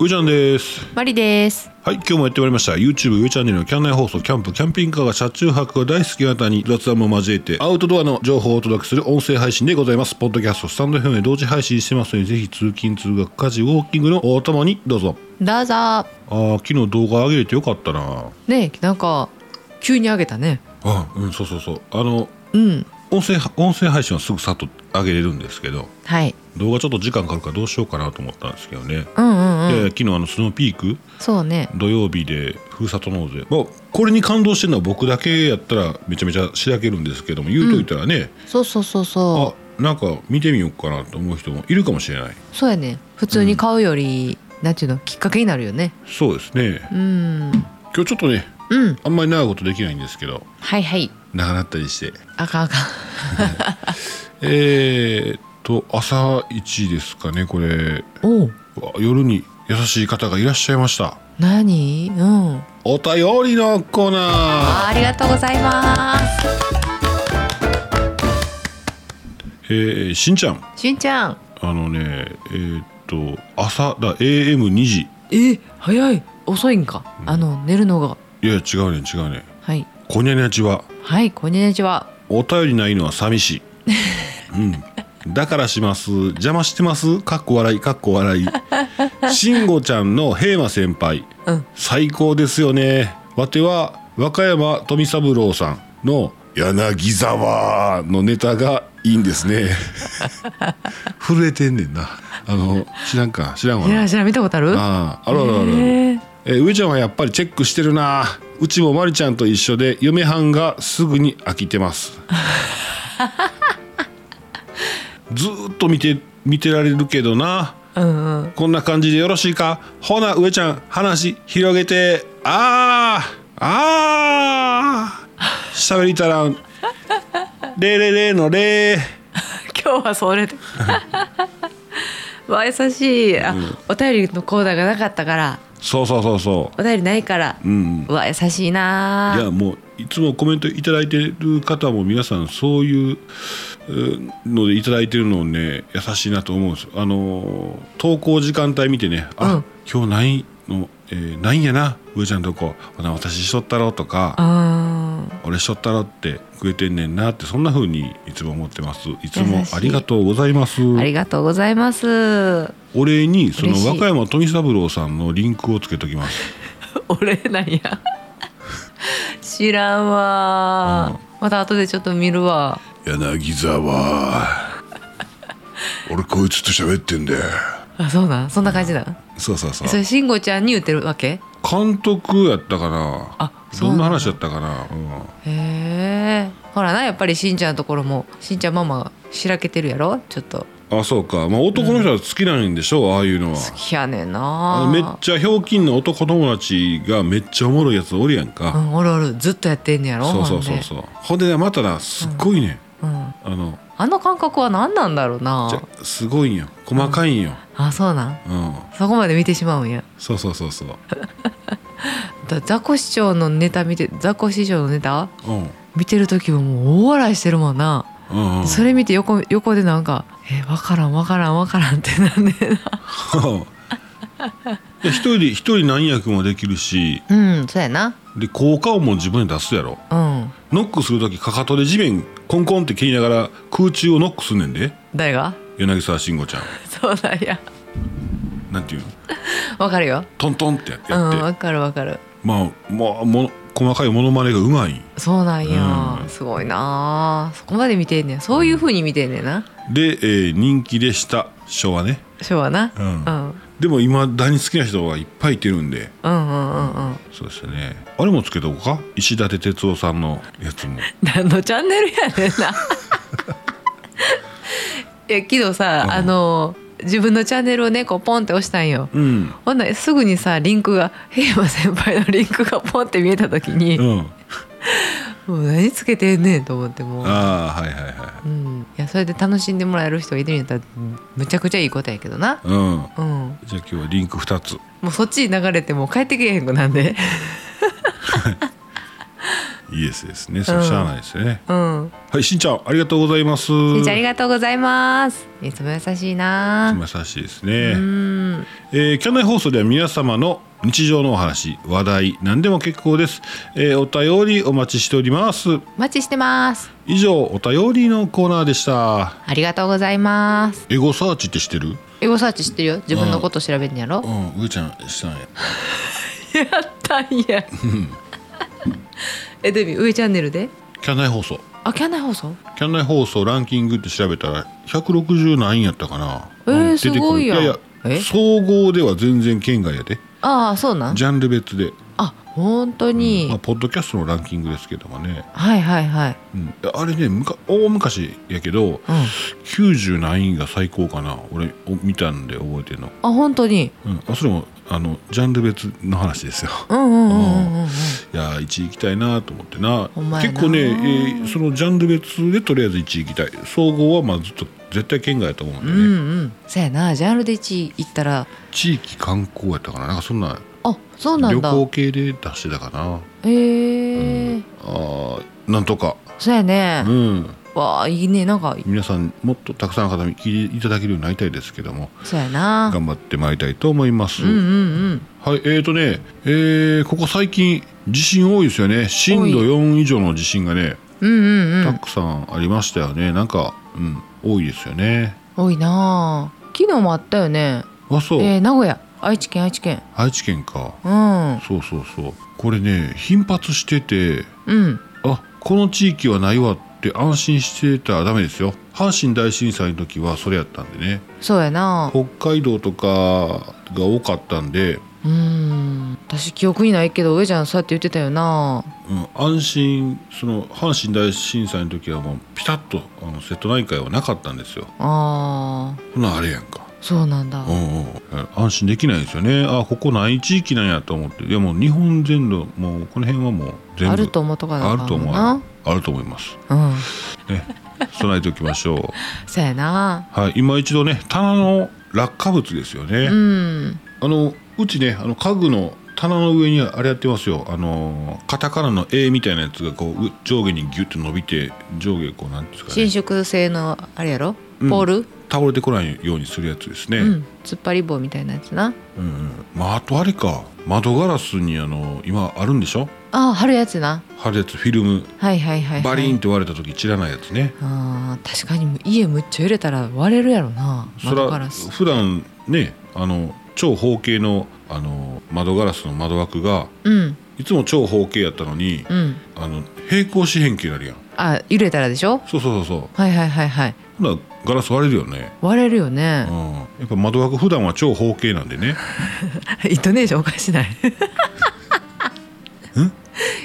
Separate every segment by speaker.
Speaker 1: うーちゃんです
Speaker 2: マリです。
Speaker 1: はい今日もやってまいりました YouTube うーチャンネルのキャン内放送キャンプキャンピングカーが車中泊が大好きな方に雑談も交えてアウトドアの情報をお届けする音声配信でございますポッドキャストスタンド FM で同時配信してますのでぜひ通勤通学家事ウォーキングのお供にどうぞ
Speaker 2: どうぞ。
Speaker 1: あー昨日動画上げれてよかったな
Speaker 2: ねえ、なんか急に上げたね。
Speaker 1: あうんそうそうそうあの
Speaker 2: うん。
Speaker 1: 音声音声配信はすぐさっと上げれるんですけど
Speaker 2: はい。
Speaker 1: 動画ちょっと時間かかるからどうしようかなと思ったんですけどね、
Speaker 2: うんうんうん。
Speaker 1: いやいや昨日あのスノーピーク
Speaker 2: そうね。
Speaker 1: 土曜日でふるさと納税、まあ、これに感動してるのは僕だけやったらめちゃめちゃしらけるんですけども言うといたらね、
Speaker 2: そうそうそうそ。
Speaker 1: あなんか見てみようかなと思う人もいるかもしれないう
Speaker 2: そうやね。普通に買うより、なんていうのきっかけになるよね。
Speaker 1: そうですね
Speaker 2: う
Speaker 1: 今
Speaker 2: ん。
Speaker 1: 日ちょっとね
Speaker 2: うん。
Speaker 1: あんまり長いことできないんですけど
Speaker 2: はいはい。
Speaker 1: 長なったりして
Speaker 2: あかんあかん。
Speaker 1: えー、っと朝一ですかねこれ
Speaker 2: おう。
Speaker 1: うわ夜に優しい方がいらっしゃいました
Speaker 2: 何？うん。
Speaker 1: お便りのコーナー
Speaker 2: あありがとうございます。
Speaker 1: えー、しんちゃん
Speaker 2: しゅんちゃん。
Speaker 1: あのねえーっと朝だ AM2 時
Speaker 2: え、早い。遅いんか。あの寝るのが。
Speaker 1: いや違うね違うね
Speaker 2: はい。
Speaker 1: こにゃにゃちは
Speaker 2: はい。こんにちは。
Speaker 1: お便りないのは寂 しいうんだからします邪魔してますかっこ笑いかっこ笑いしんごちゃんの平馬先輩
Speaker 2: うん。
Speaker 1: 最高ですよねわては和歌山富三郎さんの柳沢のネタがいいんです ね震えてんねんなあの知らんか知らんわ
Speaker 2: い
Speaker 1: な
Speaker 2: や、じゃあ見たことある？
Speaker 1: あああるあるあるある
Speaker 2: へえ
Speaker 1: えー上ちゃんはやっぱりチェックしてるなうちもまりちゃんと一緒で嫁はんがすぐに飽きてますずーっと見て見てられるけどな
Speaker 2: うんうん。
Speaker 1: こんな感じでよろしいかほな上ちゃん話広げてあーあー喋りたらん「レレレ」の「レ」
Speaker 2: 今日はそれでわあ優しいあ、お便りのコーナーがなかったから
Speaker 1: そうそうそうそ
Speaker 2: お便りないから、
Speaker 1: ううん
Speaker 2: うわ優しいないあ
Speaker 1: やもういつもコメントいただいてる方も皆さんそういうえーのでいただいてるのをね優しいなと思うんですあのー投稿時間帯見てね「あ、
Speaker 2: うん
Speaker 1: 今日ないの、えーないんやな上ちゃんとこほな私しとったろ」とか
Speaker 2: あ
Speaker 1: 「俺しとったろ」ってくれてんねんなってそんな風にいつも思ってますいつ
Speaker 2: 優
Speaker 1: も
Speaker 2: しい
Speaker 1: ありがとうございます
Speaker 2: ーありがとうございます
Speaker 1: お礼にその
Speaker 2: 嬉しい
Speaker 1: 和歌山富三郎さんのリンクをつけときます
Speaker 2: 俺なんや知らんわー、また後でちょっと見るわ
Speaker 1: 柳 沢俺こいつと喋ってんだよ
Speaker 2: あそうなんそんな感じだ、
Speaker 1: そうそうそ
Speaker 2: それ
Speaker 1: う
Speaker 2: 慎吾ちゃんに言ってるわけ
Speaker 1: 監督やったかな
Speaker 2: あそう
Speaker 1: ど
Speaker 2: なんんだ
Speaker 1: な話やったかな、うん
Speaker 2: へえほらなやっぱりしんちゃんのところもしんちゃんママがしらけてるやろちょっと
Speaker 1: あそうか、まあ、男の人は好きなんでしょう、ああいうのは
Speaker 2: 好きやねん
Speaker 1: あ
Speaker 2: な
Speaker 1: のめっちゃひょうきんの男友達がめっちゃおもろいやつおるやん
Speaker 2: う
Speaker 1: か、
Speaker 2: ん、おるおるずっとやってんねやろ
Speaker 1: そうそうそう
Speaker 2: ほんで
Speaker 1: そうほんでねまたなすっごいね、
Speaker 2: うん、
Speaker 1: あの
Speaker 2: あの感覚は何なんだろう
Speaker 1: じ
Speaker 2: な
Speaker 1: ゃすごいんよ細かいんよ、
Speaker 2: あそうなん
Speaker 1: うん
Speaker 2: そこまで見てしまうんや
Speaker 1: そうそうそうそう、
Speaker 2: だザコ市長のネタ見てザコ市長のネタ
Speaker 1: うんうん
Speaker 2: 見てる時はもう大笑いしてるもんな、
Speaker 1: うん、
Speaker 2: それ見て横横でなんか「え分からん分からん分からん」ってなんでな
Speaker 1: いや一 人で一人何役もできるし
Speaker 2: うんそうやな
Speaker 1: で効果音も自分で出すやろ
Speaker 2: うん
Speaker 1: ノックする時かかとで地面コンコンって蹴りながら空中をノックすんねんで
Speaker 2: 誰が
Speaker 1: 柳沢慎吾ちゃん
Speaker 2: そうなんや
Speaker 1: なんていうの
Speaker 2: 分かるよ
Speaker 1: トントンってやって、
Speaker 2: うん分かる分かる
Speaker 1: まあまあも細かいモノマネがうまい
Speaker 2: そうなんや、
Speaker 1: うん
Speaker 2: すごいなそこまで見てんねんそういうふうに見てんねんな
Speaker 1: で、えー人気でした昭和ね
Speaker 2: 昭和な
Speaker 1: うん
Speaker 2: うん
Speaker 1: でも今大に好きな人がいっぱいいてるんで
Speaker 2: うんうんうんうん。
Speaker 1: そうですねあれもつけとこうか石立哲夫さんのやつも
Speaker 2: 何のチャンネルやねんな。 いやけどさ、
Speaker 1: うん
Speaker 2: あの自分のチャンネルをねこうポンって押したんよ。
Speaker 1: うん
Speaker 2: ほんならすぐにさリンクが平和先輩のリンクがポンって見えた時に、
Speaker 1: うん
Speaker 2: もう何つけてんねんと思ってもう。
Speaker 1: ああはいはいは
Speaker 2: うん、いやそれで楽しんでもらえる人がいてるんやったらむちゃくちゃいいことやけどな、
Speaker 1: いうん
Speaker 2: うん、
Speaker 1: じゃあ今日はリンク2つ
Speaker 2: もうそっちに流れてもう帰ってけえへんくなんで
Speaker 1: イエスですねそれはしゃあないですね、
Speaker 2: うん
Speaker 1: はいしんちゃんありがとうございますし
Speaker 2: しんちゃんありがとうございますいつも優しいな
Speaker 1: 優しいですね、えー、キャンナイ放送では皆様の日常のお話話題何でも結構です、えー、お便りお待ちしております
Speaker 2: お待ちしてます
Speaker 1: 以上お便りのコーナーでした
Speaker 2: ありがとうございます
Speaker 1: エゴサーチってしてる
Speaker 2: エゴサーチ知ってるよ自分のこと調べんのやろ、
Speaker 1: うん上ちゃんしたんや
Speaker 2: やったんや えどういう意味上チャンネルで
Speaker 1: キャンナイ放送
Speaker 2: あキャンナイ放送
Speaker 1: キャンナイ放送ランキングって調べたら160何位やったかな、
Speaker 2: えー
Speaker 1: うん出てくる
Speaker 2: すごいやん
Speaker 1: いやいや
Speaker 2: え
Speaker 1: 総合では全然県外やで
Speaker 2: ああそうなん
Speaker 1: ジャンル別で、
Speaker 2: あ本当に、
Speaker 1: まあ、ポッドキャストのランキングですけどもね、
Speaker 2: はいはいはい
Speaker 1: うん、あれねむか大昔やけど、
Speaker 2: うんあ
Speaker 1: 90何位が最高かな俺お見たんで覚えてるの、
Speaker 2: 本当に
Speaker 1: うん、あそれもあのジャンル別の話ですよ
Speaker 2: うんうんうんうんうんうん
Speaker 1: いやー1位行きたいなと思ってな
Speaker 2: ほんまやな
Speaker 1: 結構ね、えーそのジャンル別でとりあえず1位行きたい総合はまあずっと絶対県外やと思うんで
Speaker 2: う
Speaker 1: ね、
Speaker 2: んうんそやなジャンルで1位行ったら
Speaker 1: 地域観光やったかななんかそんな
Speaker 2: あそうなん
Speaker 1: 旅
Speaker 2: だ
Speaker 1: 行系で出してたかな
Speaker 2: へえー、
Speaker 1: あーなんとか
Speaker 2: そうやね
Speaker 1: う、ん
Speaker 2: わあいいねなんか
Speaker 1: 皆さんもっとたくさんの方に聞いていただけるようになりたいですけども
Speaker 2: そうやな
Speaker 1: 頑張ってまいりたいと思います、
Speaker 2: うんうん
Speaker 1: はいえーとねえーここ最近地震多いですよね震度
Speaker 2: 多い
Speaker 1: 4以上の地震がね
Speaker 2: うんうんうんう
Speaker 1: た
Speaker 2: ん
Speaker 1: くさんありましたよねなんかうん多いですよね
Speaker 2: 多いなあ昨日もあったよね
Speaker 1: あそう、
Speaker 2: えー、名古屋愛知県愛知県
Speaker 1: 愛知県か
Speaker 2: うん
Speaker 1: そうそうそうこれね頻発してて
Speaker 2: うん
Speaker 1: あこの地域はないわって安心してたらダメですよ阪神大震災の時はそれやったんでね
Speaker 2: そうやな
Speaker 1: 北海道とかが多かったんで、
Speaker 2: うん私記憶にないけど上ちゃんそうやって言ってたよな
Speaker 1: うん、安心その阪神大震災の時はもうピタッとあの瀬戸内海はなかったんですよ
Speaker 2: あー
Speaker 1: ほなあれやんか
Speaker 2: そうなんだ
Speaker 1: うんうん安心できないですよねあここない地域なんやと思っていやもう日本全土もうこの辺はもう全部
Speaker 2: あると思うとかな
Speaker 1: あ
Speaker 2: あ
Speaker 1: る
Speaker 2: か
Speaker 1: と
Speaker 2: ん
Speaker 1: 思
Speaker 2: も
Speaker 1: うんあ
Speaker 2: な
Speaker 1: ると思います
Speaker 2: うん
Speaker 1: ね備えておきましょう
Speaker 2: そうやな
Speaker 1: はい、今一度ね棚の落下物ですよね、
Speaker 2: うん
Speaker 1: あのうちねあの家具の棚の上にあれやってますよあのーカタカナの A みたいなやつがこうう上下にギュッと伸びて上下こうなんていうんですか
Speaker 2: 伸
Speaker 1: ね
Speaker 2: 縮性のあれやろ
Speaker 1: うん
Speaker 2: ポール
Speaker 1: 倒れてこないようにするやつですね、
Speaker 2: う、
Speaker 1: うんん
Speaker 2: 突っ張り棒みたいなやつな
Speaker 1: うんまああとあれか窓ガラスにあの今あるんでしょ
Speaker 2: ああ貼るやつな
Speaker 1: 貼るやつフィルム
Speaker 2: はいはいはい、はい、
Speaker 1: バリーンって割れた時散らないやつね、
Speaker 2: あー確かに家むっちゃ揺れたら割れるやろな
Speaker 1: それ
Speaker 2: 窓ガ
Speaker 1: は
Speaker 2: ラス
Speaker 1: 普段ねあの超方形のあの窓ガラスの窓枠が
Speaker 2: うん
Speaker 1: いつも超方形やったのに、
Speaker 2: うん
Speaker 1: あの平行四辺形になるやん
Speaker 2: あ揺れたらでしょ
Speaker 1: そうそうそうそう
Speaker 2: はいはいはいはい
Speaker 1: ほなガラス割れるよね
Speaker 2: 割れるよ
Speaker 1: う
Speaker 2: ね
Speaker 1: ん、やっぱ窓枠普段は超方形なんでね
Speaker 2: イントネーションおかしない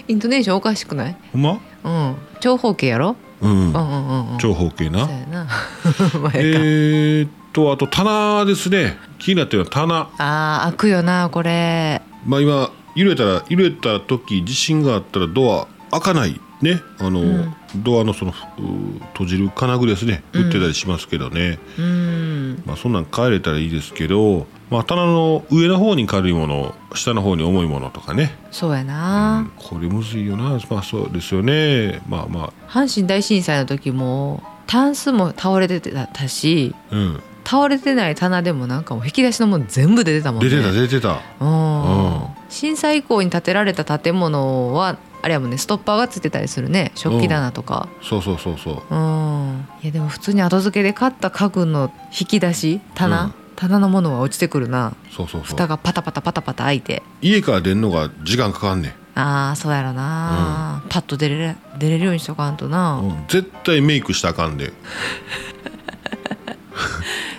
Speaker 2: イントネーションおかしくない
Speaker 1: ほんま
Speaker 2: うん長方形やろ
Speaker 1: うん
Speaker 2: うんうんうんうん
Speaker 1: 長方形
Speaker 2: そ
Speaker 1: な
Speaker 2: うやな
Speaker 1: え
Speaker 2: 前
Speaker 1: ー
Speaker 2: か、
Speaker 1: っとあと棚ですね気になってるのは棚
Speaker 2: あー開くよなこれ
Speaker 1: まあ今揺れたら揺れた時地震があったらドア開かないねあの、ドアのそのうー閉じる金具ですね売ってたりしますけどね、
Speaker 2: うん
Speaker 1: まあそんなん帰れたらいいですけどまあ棚の上の方に軽いもの下の方に重いものとかね
Speaker 2: そうやな、
Speaker 1: これむずいよなまあそうですよねまあま
Speaker 2: 阪神大震災の時もタンスも倒れてたし
Speaker 1: あうん
Speaker 2: 倒れてない棚でもなんかもう引き出しのもん全部出てたもんね
Speaker 1: 出てた出てた
Speaker 2: うん
Speaker 1: うん
Speaker 2: 震災以降に建てられた建物はあれやもんねストッパーがついてたりするね食器棚とか
Speaker 1: そうそうそうそう
Speaker 2: うんいやでも普通に後付けで買った家具の引き出し棚、
Speaker 1: うん
Speaker 2: 棚のものは落ちてくるな
Speaker 1: そうそうそ
Speaker 2: 蓋
Speaker 1: う
Speaker 2: がパタパタパタパタ開いて
Speaker 1: 家から出んのが時間かかんねん
Speaker 2: ああそうやろな、パッと出れる出れるようにしとかんとな、
Speaker 1: うん絶対メイクしたらあかんで、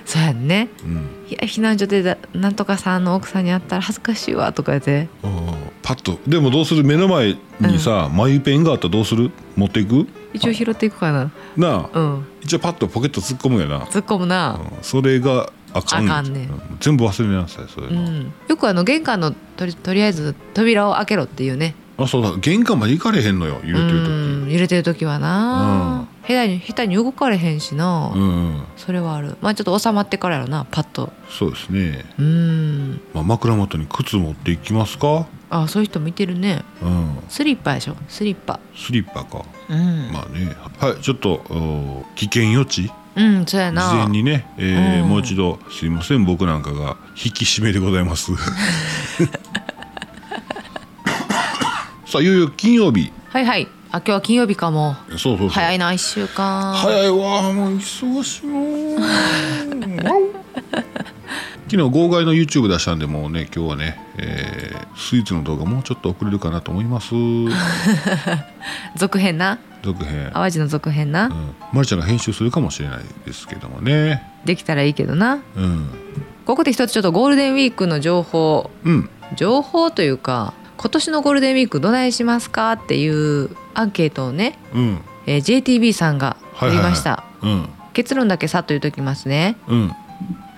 Speaker 2: そうやんね
Speaker 1: うん
Speaker 2: いや避難所でだなんとかさんの奥さんに会ったら恥ずかしいわとか言って
Speaker 1: うんうんパッとでもどうする目の前にさ、眉ペンがあったらどうする持っていく
Speaker 2: 一応拾っていくかな
Speaker 1: なあ
Speaker 2: うん
Speaker 1: 一応パッとポケット突っ込むよな、
Speaker 2: 突っ込む
Speaker 1: う
Speaker 2: な、
Speaker 1: んそれがあかんね
Speaker 2: あかんねん
Speaker 1: うん全部忘れなさいそれ、う
Speaker 2: う
Speaker 1: の
Speaker 2: ん、よくあの玄関のとりとりあえず扉を開けろっていうね
Speaker 1: あそうだ玄関まで行かれへんのよ揺れてる時
Speaker 2: うん揺れてる時はな、下手に下手に動かれへんしな、
Speaker 1: うん、うん、
Speaker 2: それはあるまあちょっと収まってからやろなパッと
Speaker 1: そうですね
Speaker 2: うん
Speaker 1: まあ、枕元に靴持っていきますか
Speaker 2: あそういう人もいてるね
Speaker 1: うん、
Speaker 2: スリッパでしょスリッパ
Speaker 1: スリッパか
Speaker 2: うん、
Speaker 1: まあねはいちょっとお危険予知
Speaker 2: うんそうや
Speaker 1: 事前
Speaker 2: な
Speaker 1: にね、えー
Speaker 2: うん
Speaker 1: もう一度すいません僕なんかが引き締めでございます さあいよいよ金曜日
Speaker 2: はいはいあ今日は金曜日かも
Speaker 1: そうそうそう
Speaker 2: 早いな1週間
Speaker 1: 早いわもう忙しいもんわお昨日号外の YouTube 出したんでもうね今日はね、えースイーツの動画もうちょっと遅れるかなと思います
Speaker 2: 続編な
Speaker 1: 続編、
Speaker 2: 淡路の続編な、
Speaker 1: うん、まりちゃんが編集するかもしれないですけどもね
Speaker 2: できたらいいけどな
Speaker 1: うん
Speaker 2: ここで一つちょっとゴールデンウィークの情報
Speaker 1: うん
Speaker 2: 情報というか今年のゴールデンウィークどないしますかっていうアンケートをね、
Speaker 1: うん
Speaker 2: えー JTB さんが
Speaker 1: はいはい
Speaker 2: 取り
Speaker 1: はい
Speaker 2: ました、
Speaker 1: うん
Speaker 2: 結論だけさっと言っときますね
Speaker 1: うん
Speaker 2: は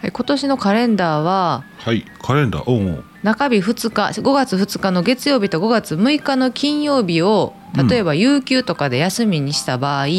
Speaker 2: い今年のカレンダーは
Speaker 1: はいカレンダーおうおう
Speaker 2: 中日2日5月2日の月曜日と5月6日の金曜日を例えば有給とかで休みにした場合、
Speaker 1: うん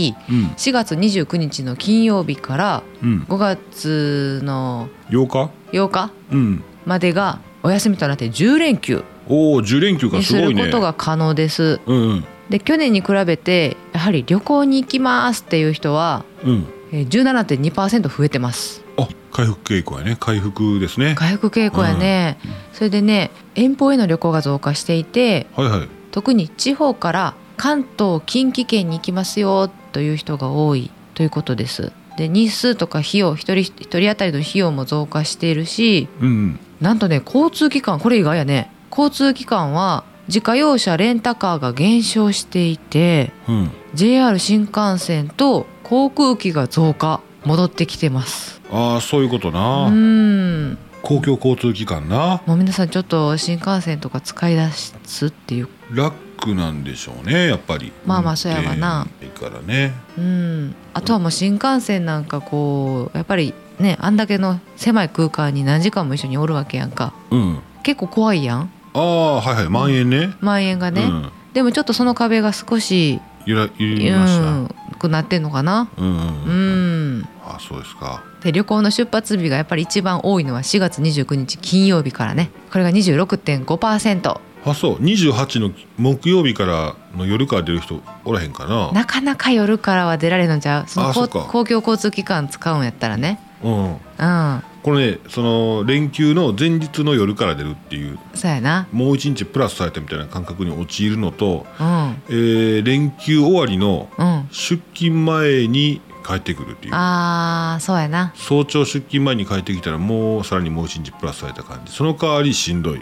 Speaker 2: 4月29日の金曜日から
Speaker 1: うん
Speaker 2: 5月の
Speaker 1: 8日
Speaker 2: 8日
Speaker 1: うん
Speaker 2: までがお休みとなって10連休
Speaker 1: おお10連休か
Speaker 2: に
Speaker 1: す
Speaker 2: す
Speaker 1: ご
Speaker 2: る
Speaker 1: いね
Speaker 2: ことが可能です。
Speaker 1: うんうん
Speaker 2: で去年に比べてやはり旅行に行きますっていう人は
Speaker 1: うん
Speaker 2: えー17.2%増えてます
Speaker 1: あ回復傾向やね回復ですね
Speaker 2: 回復傾向やね、それでね遠方への旅行が増加していて
Speaker 1: はいはい
Speaker 2: 特に地方から関東近畿圏に行きますよという人が多いということですで日数とか費用一人一人当たりの費用も増加しているし
Speaker 1: うん
Speaker 2: なんとね交通機関これ意外やね交通機関は自家用車レンタカーが減少していて
Speaker 1: うん
Speaker 2: JR 新幹線と航空機が増加戻ってきてます
Speaker 1: ああそういうこと
Speaker 2: う
Speaker 1: な、
Speaker 2: ん
Speaker 1: 公共交通機関な
Speaker 2: もう皆さんちょっと新幹線とか使い出すっていう
Speaker 1: ラックなんでしょうねやっぱり
Speaker 2: まあまあそうやわな
Speaker 1: 運転いいからね
Speaker 2: うんあとはもう新幹線なんかこうやっぱりねあんだけの狭い空間に何時間も一緒におるわけやんか
Speaker 1: うん
Speaker 2: 結構怖いやん
Speaker 1: ああはいはい万円ね、
Speaker 2: 蔓延が
Speaker 1: うん
Speaker 2: ね、でもちょっとその壁が少し
Speaker 1: ゆらゆ
Speaker 2: う
Speaker 1: りました
Speaker 2: んくなってんのかな
Speaker 1: うんうん
Speaker 2: う
Speaker 1: うん、
Speaker 2: ん
Speaker 1: ああそうですか
Speaker 2: で旅行の出発日がやっぱり一番多いのは4月29日金曜日からねこれが26.5%
Speaker 1: あそう28の木曜日からの夜から出る人おらへんかな
Speaker 2: なかなか夜からは出られるんちゃうその
Speaker 1: あ
Speaker 2: こ
Speaker 1: そうっか
Speaker 2: 公共交通機関使うんやったらね
Speaker 1: うん
Speaker 2: うん
Speaker 1: これねその連休の前日の夜から出るっていう
Speaker 2: そうやな
Speaker 1: もう一日プラスされたみたいな感覚に陥るのと、
Speaker 2: うん
Speaker 1: えー連休終わりの
Speaker 2: うん
Speaker 1: 出勤前に帰ってくるっていう
Speaker 2: あーそうやな
Speaker 1: 早朝出勤前に帰ってきたらもうさらにもう一日プラスされた感じその代わりしんどい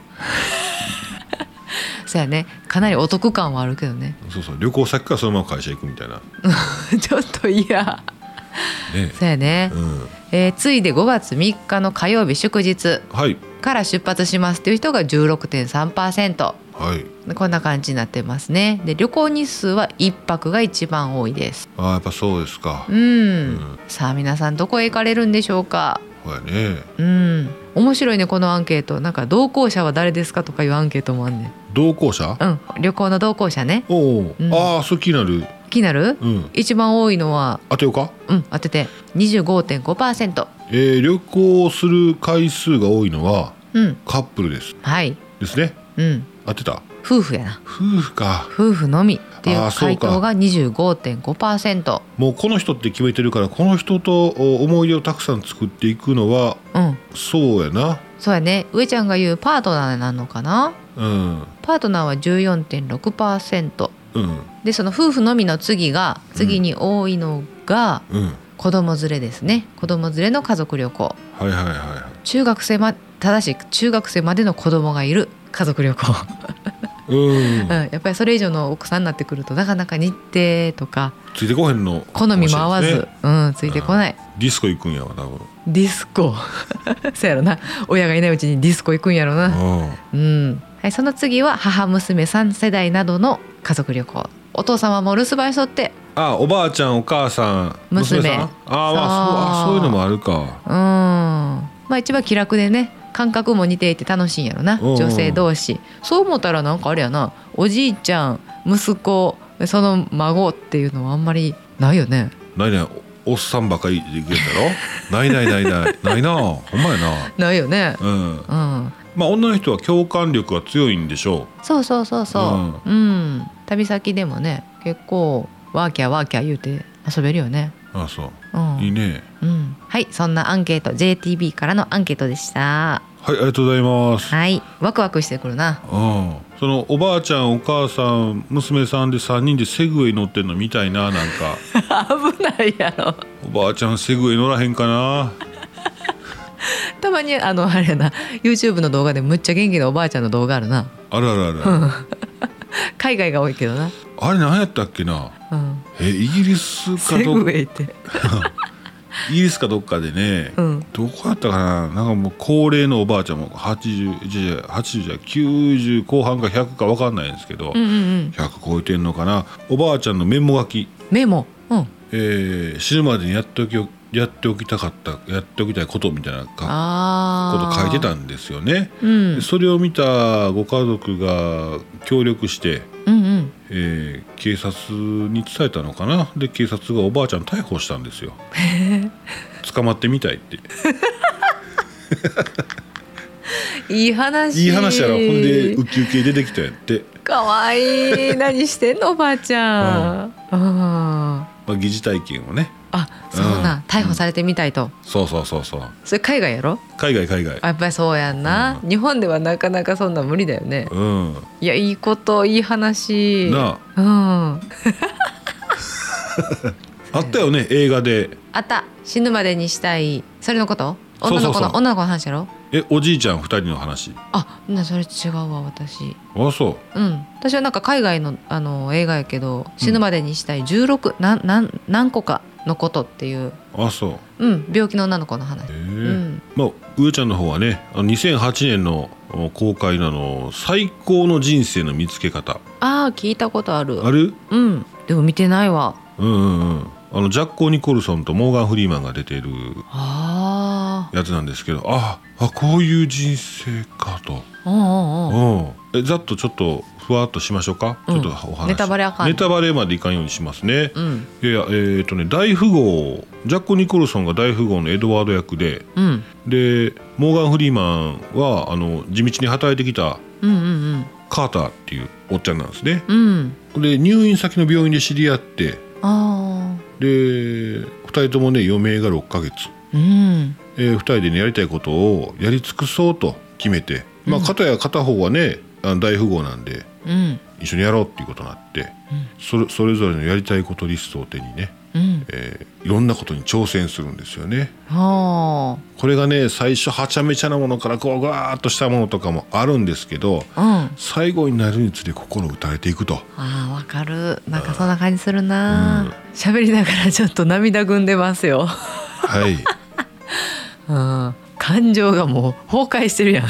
Speaker 2: そうやねかなりお得感はあるけどね
Speaker 1: そうそう旅行先からそのまま会社行くみたいな
Speaker 2: ちょっと嫌
Speaker 1: ね
Speaker 2: そうやね
Speaker 1: う、ん
Speaker 2: えー、ついで5月3日の火曜日祝日
Speaker 1: はい
Speaker 2: から出発しますっていう人が16.3%
Speaker 1: はい
Speaker 2: こんな感じになってますねで旅行日数は1泊が一番多いです
Speaker 1: あーやっぱそうですか
Speaker 2: うん、
Speaker 1: ん
Speaker 2: さあ皆さんどこへ行かれるんでしょうか
Speaker 1: ほやね
Speaker 2: うん面白いねこのアンケートなんか同行者は誰ですかとかいうアンケートもあんねん
Speaker 1: 同行者
Speaker 2: うん旅行の同行者ね
Speaker 1: おお、
Speaker 2: うん
Speaker 1: ああそう気になる
Speaker 2: 気になる、
Speaker 1: うん
Speaker 2: 一番多いのは
Speaker 1: 当てようか
Speaker 2: うん当てて25.5%
Speaker 1: えー旅行をする回数が多いのは
Speaker 2: うん
Speaker 1: カップルです
Speaker 2: はい
Speaker 1: ですね
Speaker 2: うん
Speaker 1: 当てた
Speaker 2: 夫婦やな
Speaker 1: 夫婦か
Speaker 2: 夫婦のみってい
Speaker 1: あ
Speaker 2: う
Speaker 1: ーそう
Speaker 2: 回
Speaker 1: か
Speaker 2: 答が25.5%
Speaker 1: もうこの人って決めてるからこの人とお思い出をたくさん作っていくのは
Speaker 2: うん
Speaker 1: そうやな
Speaker 2: そうやね上ちゃんが言うパートナーなのかな
Speaker 1: うん
Speaker 2: パートナーは14.6%
Speaker 1: うん
Speaker 2: でその夫婦のみの次が次に多いのが
Speaker 1: うん
Speaker 2: 子供連れですね子供連れの家族旅行
Speaker 1: はいはいはいは
Speaker 2: 中学生まただし中学生までの子供がいる家族旅行、
Speaker 1: いうん
Speaker 2: うん、やっぱりそれ以上の奥さんになってくるとなかなか日程とか
Speaker 1: ついてこへんの
Speaker 2: 好みも合わず、
Speaker 1: かもしれないで
Speaker 2: うんついてこない
Speaker 1: すねディスコ行くんやわ多分
Speaker 2: ディスコ そうやろな親がいないうちにディスコ行くんやろなうん、はい、その次は母娘3世代などの家族旅行お父様も留守番しとって
Speaker 1: あおばあちゃんお母さん
Speaker 2: 娘
Speaker 1: さんあー、まあ、そうあそういうのもあるか
Speaker 2: うんまあ一番気楽でね感覚も似ていて楽しいんやろな
Speaker 1: うんうん
Speaker 2: 女性同士そう思ったらなんかあれやなおじいちゃん息子その孫っていうのはあんまりないよね
Speaker 1: 何やおおっさんばっかりで行くやつないないないないないなほんまやな
Speaker 2: ないよね
Speaker 1: うん
Speaker 2: うん
Speaker 1: まあ女の人は共感力が強いんでしょ
Speaker 2: そうそうそうそううん、旅先でもね結構ワーキャーワーキャー言うて遊べるよね
Speaker 1: うあそうういい
Speaker 2: ん、
Speaker 1: ね
Speaker 2: うん、はいそんなアンケート JTB からのアンケートでした
Speaker 1: はいありがとうございます
Speaker 2: はいワクワクしてくるな
Speaker 1: うん、そのおばあちゃんお母さん娘さんで3人でセグウェイ乗ってんの見たいななん か
Speaker 2: 危ないやろ
Speaker 1: おばあちゃんセグウェイ乗らへんかな
Speaker 2: たまにあのあれやな YouTube の動画でむっちゃ元気なおばあちゃんの動画あるな
Speaker 1: あるあるある、
Speaker 2: 海外が多いけどな、
Speaker 1: あれ何やったっけな
Speaker 2: うん、
Speaker 1: えイギリスか
Speaker 2: セグウ
Speaker 1: ど
Speaker 2: ェイって
Speaker 1: イギリスかどっかでね、
Speaker 2: うん
Speaker 1: どこやったかななんかもう高齢のおばあちゃんも80じゃじゃ80じゃ90後半か100か分かんないんですけど、
Speaker 2: うんうんうん
Speaker 1: 100超えてんのかなおばあちゃんのメモ書き、
Speaker 2: メモうん
Speaker 1: えー死ぬまでにやっておきやっておきたかったやっておきたいことみたいな書くこと
Speaker 2: ああ
Speaker 1: 書いてたんですよね。
Speaker 2: うんうん
Speaker 1: それを見たご家族が協力して、
Speaker 2: うん
Speaker 1: えー警察に伝えたのかなで警察がおばあちゃん逮捕したんですよ。捕まってみたいって
Speaker 2: いい話
Speaker 1: いい話やろほんでウキウキ出てきたんやって、
Speaker 2: かわい い何してんのおばあちゃん、あ
Speaker 1: まあ、疑似体験をね
Speaker 2: ーあそうなん
Speaker 1: うん
Speaker 2: 逮捕されてみたいと、
Speaker 1: そうそうそうそう
Speaker 2: それ海外やろ
Speaker 1: 海外海外
Speaker 2: あやっぱりそうやんな、日本ではなかなかそんな無理だよね、
Speaker 1: うん
Speaker 2: いやいいこといい話
Speaker 1: な
Speaker 2: うん
Speaker 1: ああったよね映画で
Speaker 2: あった死ぬまでにしたいそれのこと
Speaker 1: そうそう
Speaker 2: 女
Speaker 1: そう
Speaker 2: の子の女の子の話やろ
Speaker 1: えおじいちゃん二人の話
Speaker 2: あなそれ違うわ私
Speaker 1: あそう
Speaker 2: うん私はなんか海外のあの映画やけど死ぬまでにしたい16、なん、なん何個かのことっていう、
Speaker 1: あそう
Speaker 2: うん、病気の女の子の話
Speaker 1: ええ
Speaker 2: うん
Speaker 1: まあ上ちゃんの方はねあの2008年のお公開なの最高の人生の見つけ方
Speaker 2: ああ聞いたことある
Speaker 1: ある
Speaker 2: うんでも見てないわ
Speaker 1: うんうんうんあのジャッコ・ニコルソンとモーガン・フリーマンが出ている
Speaker 2: あ
Speaker 1: やつなんですけどああこういう人生かと、
Speaker 2: あうんうんうん
Speaker 1: うん、えざっとちょっとふわっとしましょうか、
Speaker 2: うん
Speaker 1: ちょっとお話
Speaker 2: ネタバレあかん
Speaker 1: ネタバレまでいかんようにしますね、
Speaker 2: うん
Speaker 1: いやいやえっ、とね大富豪ジャッコ・ニコルソンが大富豪のエドワード役で
Speaker 2: うん
Speaker 1: でモーガン・フリーマンはあの地道に働いてきた
Speaker 2: うんうん
Speaker 1: カーターっていうおっちゃんなんですね。
Speaker 2: うんうん
Speaker 1: で入院先の病院で知り合って
Speaker 2: あ
Speaker 1: で2人ともね余命が6ヶ月、
Speaker 2: あうん
Speaker 1: え2人でねやりたいことをやり尽くそうと決めて、まあ、片や片方はねあの大富豪なんで
Speaker 2: うん
Speaker 1: 一緒にやろうっていうことになって、それそれぞれのやりたいことリストを手にね、
Speaker 2: うん
Speaker 1: えーいろんなことに挑戦するんですよね。
Speaker 2: は
Speaker 1: これがね最初はちゃめちゃなものからこうガーッとしたものとかもあるんですけど
Speaker 2: あうん
Speaker 1: 最後になるにつれ心打たれていくと。
Speaker 2: あーわかるなんかそんな感じするな喋、りながらちょっと涙ぐんでますよ、
Speaker 1: はい
Speaker 2: うん、感情がもう崩壊してるやん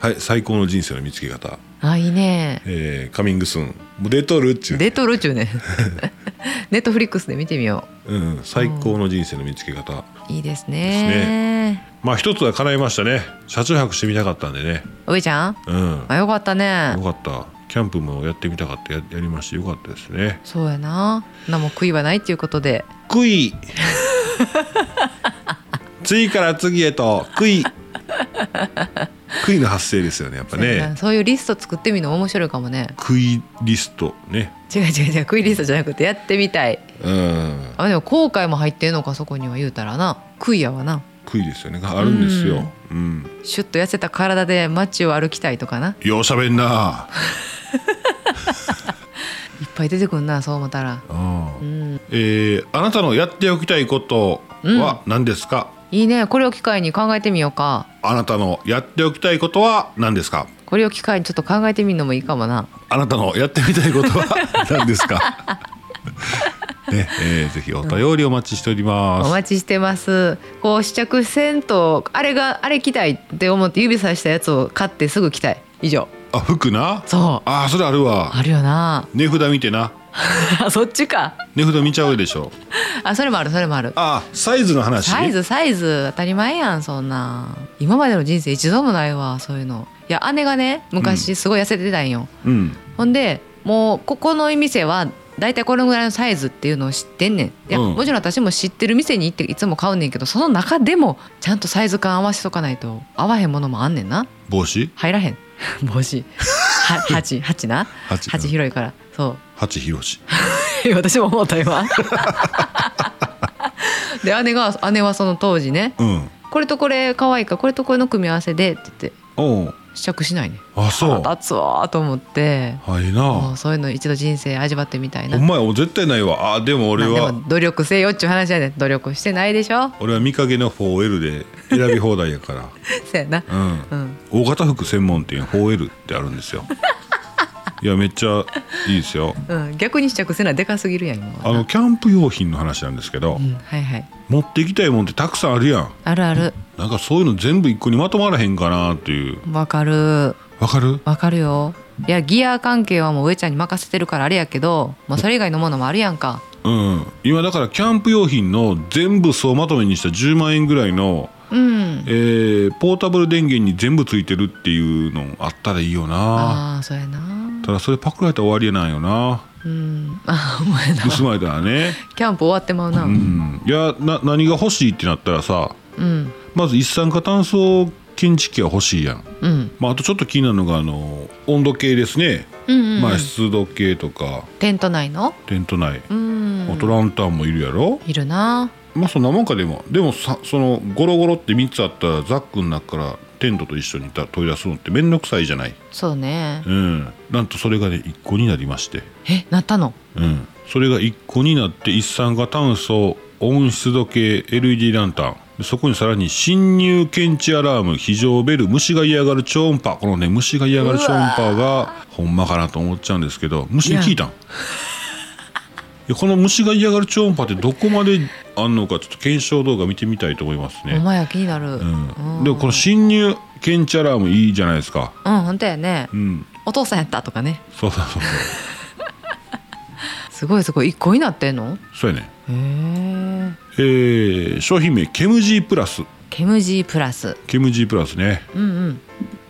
Speaker 1: はい、最高の人生の見つけ方、
Speaker 2: あいいね
Speaker 1: えーカミングスーン、もう出とるっちゅう、
Speaker 2: 出とるちゅうねネットフリックスで見てみよ
Speaker 1: うん、最高の人生の見つけ方、
Speaker 2: ういいですね
Speaker 1: ですまあ一つは叶いましたね、車中泊してみたかったんでね、
Speaker 2: おべちゃん
Speaker 1: うん、よ
Speaker 2: あよかったね
Speaker 1: かった、キャンプもやってみたかった、ややりましてよかったですね。
Speaker 2: そうやな何も悔いはないっていうことで
Speaker 1: 悔い 次から次へと 悔い悔いの発生ですよね、やっぱ
Speaker 2: そうや
Speaker 1: ね
Speaker 2: な。そういうリスト作ってみるの面白いかもね
Speaker 1: 悔いリストね、
Speaker 2: 違う違う違う悔いリストじゃなくてやってみたい
Speaker 1: うん、
Speaker 2: あでも後悔も入ってんのかそこには言うたらな悔いやわな
Speaker 1: 悔いですよね、があるんですよ。うん
Speaker 2: シュッと痩せた体で街を歩きたいとかな
Speaker 1: ようしゃべんな。
Speaker 2: いっぱい出てくんなそう思ったら
Speaker 1: うん
Speaker 2: うん
Speaker 1: えーあなたのやっておきたいことは何ですか、
Speaker 2: いいねこれを機会に考えてみようか
Speaker 1: あなたのやっておきたいことは何ですか
Speaker 2: これを機会にちょっと考えてみるのもいいかもな
Speaker 1: あなたのやってみたいことは何ですかね、えーぜひお便りお待ちしておりま
Speaker 2: お
Speaker 1: す、
Speaker 2: 待ちしてますこう試着せんとあれがあれ着たいって思って指さしたやつを買ってすぐ着たい以上
Speaker 1: あ服な
Speaker 2: そう
Speaker 1: あーそれあるわ
Speaker 2: あるよな
Speaker 1: 値札見てな
Speaker 2: そっちか
Speaker 1: 値札見ちゃうでしょ
Speaker 2: あそれもあるそれもある
Speaker 1: あーサイズの話
Speaker 2: サイズサイズ当たり前やんそんな今までの人生一度もないわそういうのいや姉がね昔すごい痩せてたんよ、
Speaker 1: うん
Speaker 2: ほんでもうここのお店は大体このぐらいのサイズっていうのを知ってんねんいや、
Speaker 1: うん
Speaker 2: もちろん私も知ってる店に行っていつも買うねんけどその中でもちゃんとサイズ感合わせとかないと合わへんものもあんねんな
Speaker 1: 帽子
Speaker 2: 入らへん 帽子 は鉢鉢な
Speaker 1: 鉢
Speaker 2: 鉢広いからそう
Speaker 1: 八広し
Speaker 2: いや 私も思った 今で姉が姉はその当時ね
Speaker 1: うん
Speaker 2: これとこれ可愛いからこれとこれの組み合わせでって言って
Speaker 1: おう
Speaker 2: 試着しないね
Speaker 1: あそう
Speaker 2: 腹立つわーと思って
Speaker 1: はい
Speaker 2: も
Speaker 1: な
Speaker 2: うそういうの一度人生味わってみたい
Speaker 1: ほ
Speaker 2: なん
Speaker 1: まや俺絶対ないわあでも俺
Speaker 2: まあ
Speaker 1: は
Speaker 2: でも努力せよっちゅう話やねん努力してないでしょ
Speaker 1: 俺は見かけの 4L で選び放題やか
Speaker 2: そうやな
Speaker 1: らうん
Speaker 2: うん
Speaker 1: 大型服専門店 4L ってあるんです よいやめっちゃいいですよ
Speaker 2: うん逆に試着せなでかすぎるやん今は
Speaker 1: あのキャンプ用品の話なんですけど、
Speaker 2: うんはいはい
Speaker 1: 持ってきたいもんってたくさんあるやん
Speaker 2: あるある
Speaker 1: なんかそういうの全部一個にまとまらへんかなっていう
Speaker 2: わかる
Speaker 1: わかる
Speaker 2: わかるよいやギア関係はもう上ちゃんに任せてるからあれやけど、まあ、それ以外のものもあるやんか
Speaker 1: うん今だからキャンプ用品の全部総まとめにした10万円ぐらいの、
Speaker 2: うん
Speaker 1: えーポータブル電源に全部ついてるっていうのあったらいいよな
Speaker 2: ああーそうやな
Speaker 1: ただそれパクられたら終わりやないよ な
Speaker 2: うんあお前な
Speaker 1: 盗まれたらね
Speaker 2: キャンプ終わってまうな
Speaker 1: う
Speaker 2: うん、
Speaker 1: んいやな何が欲しいってなったらさまず一酸化炭素検知器は欲しいやん、
Speaker 2: うん
Speaker 1: まあ、あとちょっと気になるのがあの温度計ですね、
Speaker 2: うんうん
Speaker 1: まあ、湿度計とか
Speaker 2: テント内の
Speaker 1: テント内、
Speaker 2: うん
Speaker 1: あとランタンもいるやろ
Speaker 2: いるな
Speaker 1: まあそんなもんかでもでもさそのゴロゴロって3つあったらザックの中からテントと一緒にた取り出すのって面倒くさいじゃない
Speaker 2: そうね
Speaker 1: うんなんとそれがね1個になりまして
Speaker 2: えなったの
Speaker 1: うんそれが1個になって一酸化炭素温湿度計 LED ランタンでそこにさらに侵入検知アラーム非常ベル虫が嫌がる超音波このね虫が嫌がる超音波がほんまかなと思っちゃうんですけど虫に聞いたんい やこの虫が嫌がる超音波ってどこまであんのかちょっと検証動画見てみたいと思います
Speaker 2: お
Speaker 1: ね、
Speaker 2: 前は気になるう
Speaker 1: うん、
Speaker 2: ん
Speaker 1: でもこの侵入検知アラームいいじゃないですか
Speaker 2: うん本当やね
Speaker 1: うん
Speaker 2: お父さんやったとかね
Speaker 1: そうそうそうそう
Speaker 2: すごいすごい一個になってんの
Speaker 1: そうやね
Speaker 2: へ
Speaker 1: え
Speaker 2: え
Speaker 1: ー商品名ケムジープラス
Speaker 2: ケムジープラス
Speaker 1: ケムジープラスね
Speaker 2: うんうん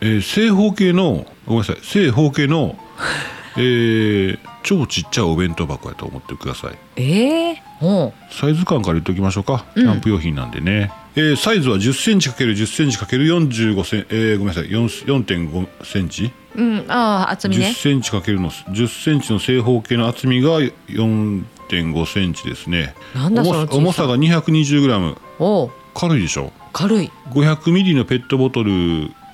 Speaker 1: えー正方形のごめんなさい正方形の、 えー超ちっちゃいお弁当箱やと思ってください
Speaker 2: ええおう
Speaker 1: サイズ感から言っておきましょうかキ
Speaker 2: うん
Speaker 1: ャンプ用品なんでね、えーサイズは1 0ンチ ×1 0ンチ ×45 センえーごめんなさい4 5センチ
Speaker 2: うんああ厚み
Speaker 1: 1
Speaker 2: ね
Speaker 1: 0ンチ×の1 0ンチの正方形の厚みが4.5センチですね
Speaker 2: なんだその
Speaker 1: 重
Speaker 2: 小
Speaker 1: さ
Speaker 2: さ
Speaker 1: 重さが 220g
Speaker 2: おう
Speaker 1: 軽いでしょ
Speaker 2: 軽い
Speaker 1: 500ミリのペットボトル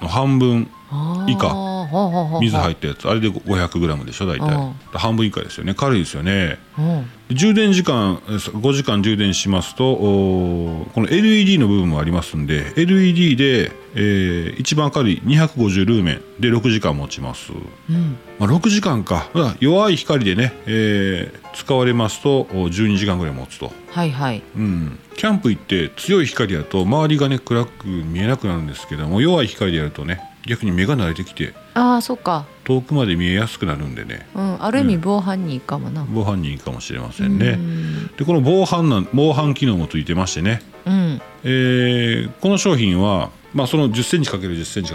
Speaker 1: の半分
Speaker 2: あー
Speaker 1: 以下
Speaker 2: ほうほうほうほう
Speaker 1: 水入ったやつあれで 500g でしょ大
Speaker 2: う
Speaker 1: 体
Speaker 2: ん
Speaker 1: 半分以下ですよね軽いですよね
Speaker 2: うん
Speaker 1: 充電時間えー5時間充電しますとおーこの LED の部分もありますんで LED で、えー一番軽い250ルーメンで6時間持ちます、
Speaker 2: うん
Speaker 1: まあ、6時間かまあ弱い光でね、えー使われますとおー12時間ぐらい持つと、
Speaker 2: はいはい
Speaker 1: うん、キャンプ行って強い光だと周りがね暗く見えなくなるんですけども弱い光でやるとね逆に目が慣れてきて
Speaker 2: ああそうか
Speaker 1: 遠くまで見えやすくなるんでね
Speaker 2: うんある意味防犯にいいかもな
Speaker 1: 防犯にいいかもしれませ
Speaker 2: うん
Speaker 1: ね、
Speaker 2: ん
Speaker 1: でこの防犯なん防犯機能もついてましてね、
Speaker 2: うん
Speaker 1: えーこの商品は、まあ、その1 0ンチ ×1 0ンチ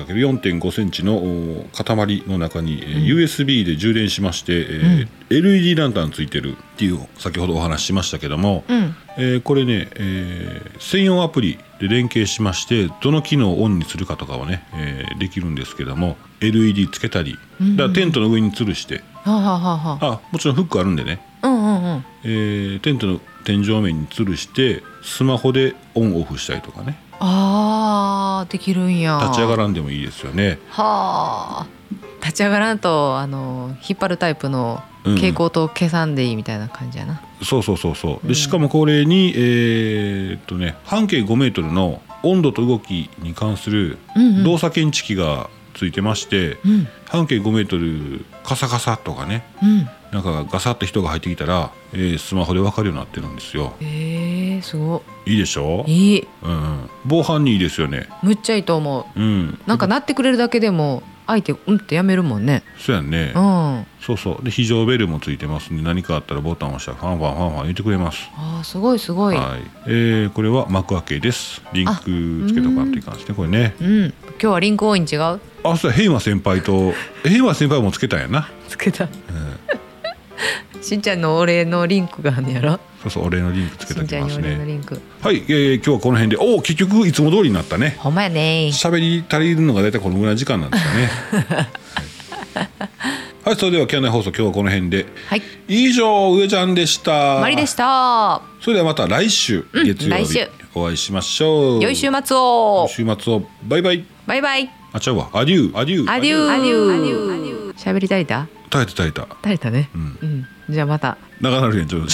Speaker 1: ×4.5 センチのお塊の中に、えー USB で充電しまして、えー LED ランタンついてるっていう先ほどお話ししましたけども、
Speaker 2: うん
Speaker 1: えーこれね、えー専用アプリで連携しましてどの機能をオンにするかとかはね、えーできるんですけども LED つけたりだからテントの上に吊るして、
Speaker 2: はあはあはあはあ
Speaker 1: あもちろんフックあるんでね
Speaker 2: うんうんうん
Speaker 1: えーテントの天井面に吊るしてスマホでオンオフしたりとかね
Speaker 2: あーできるんや
Speaker 1: 立ち上が
Speaker 2: ら
Speaker 1: らんでもいいですよね
Speaker 2: はあ立ち上がらんとあの引っ張るタイプの
Speaker 1: うん
Speaker 2: 蛍光灯を消さんでいいみたいな感じやな、
Speaker 1: そうそうそうそう
Speaker 2: う
Speaker 1: で
Speaker 2: ん
Speaker 1: しかもこれにえーっとね半径5メートルの温度と動きに関する
Speaker 2: うんうん
Speaker 1: 動作検知器がついてまして、
Speaker 2: うん
Speaker 1: 半径5メートルカサカサとかね
Speaker 2: うん
Speaker 1: なんかガサって人が入ってきたら、えースマホで分かるようになってるんですよ
Speaker 2: えー、すご
Speaker 1: いいでしょ
Speaker 2: いいい
Speaker 1: うんうん、防犯にいいですよね
Speaker 2: むっちゃいいと思う
Speaker 1: うん
Speaker 2: なんかなってくれるだけでも相手うんってやめるもんね
Speaker 1: そうやんね
Speaker 2: うんあ
Speaker 1: そうそうで非常ベルもついてますんで何かあったらボタンを押したらファンファンファンファン言ってくれます
Speaker 2: ーすごいすごい、
Speaker 1: はい、えーこれは幕開けですリンクつけとかんといかんですねこれね
Speaker 2: うん今日はリンク多いに違う
Speaker 1: あそうやヘイマ先輩とヘイマ先輩もつけたんやな、
Speaker 2: つけた
Speaker 1: うん
Speaker 2: しんちゃんのお礼のリンクがあんねやろ
Speaker 1: そうそうお礼のリンクつけ
Speaker 2: して
Speaker 1: お
Speaker 2: ん
Speaker 1: き
Speaker 2: ちゃん
Speaker 1: ま
Speaker 2: に
Speaker 1: す
Speaker 2: お礼の
Speaker 1: ね
Speaker 2: リンク
Speaker 1: はい、えー今日はこの辺でおお結局いつも通りになったね
Speaker 2: ほんまやね
Speaker 1: 喋り足りるのが大体このぐらいの時間なんですかね はい、はい、それではキャンナイ放送今日はこの辺で
Speaker 2: はい
Speaker 1: 以上上ちゃんでした
Speaker 2: マリでした
Speaker 1: それではまた来週月曜
Speaker 2: 来
Speaker 1: 日
Speaker 2: 週
Speaker 1: お会いしましょう、
Speaker 2: 良い週末を
Speaker 1: 週末をバイバイ
Speaker 2: バイバイ
Speaker 1: あちゃうわアデューアデュー
Speaker 2: アデューアデュー喋りたいだ
Speaker 1: 耐えて耐えた
Speaker 2: 耐えたねうん、じゃあまた
Speaker 1: 長なるやんちょっと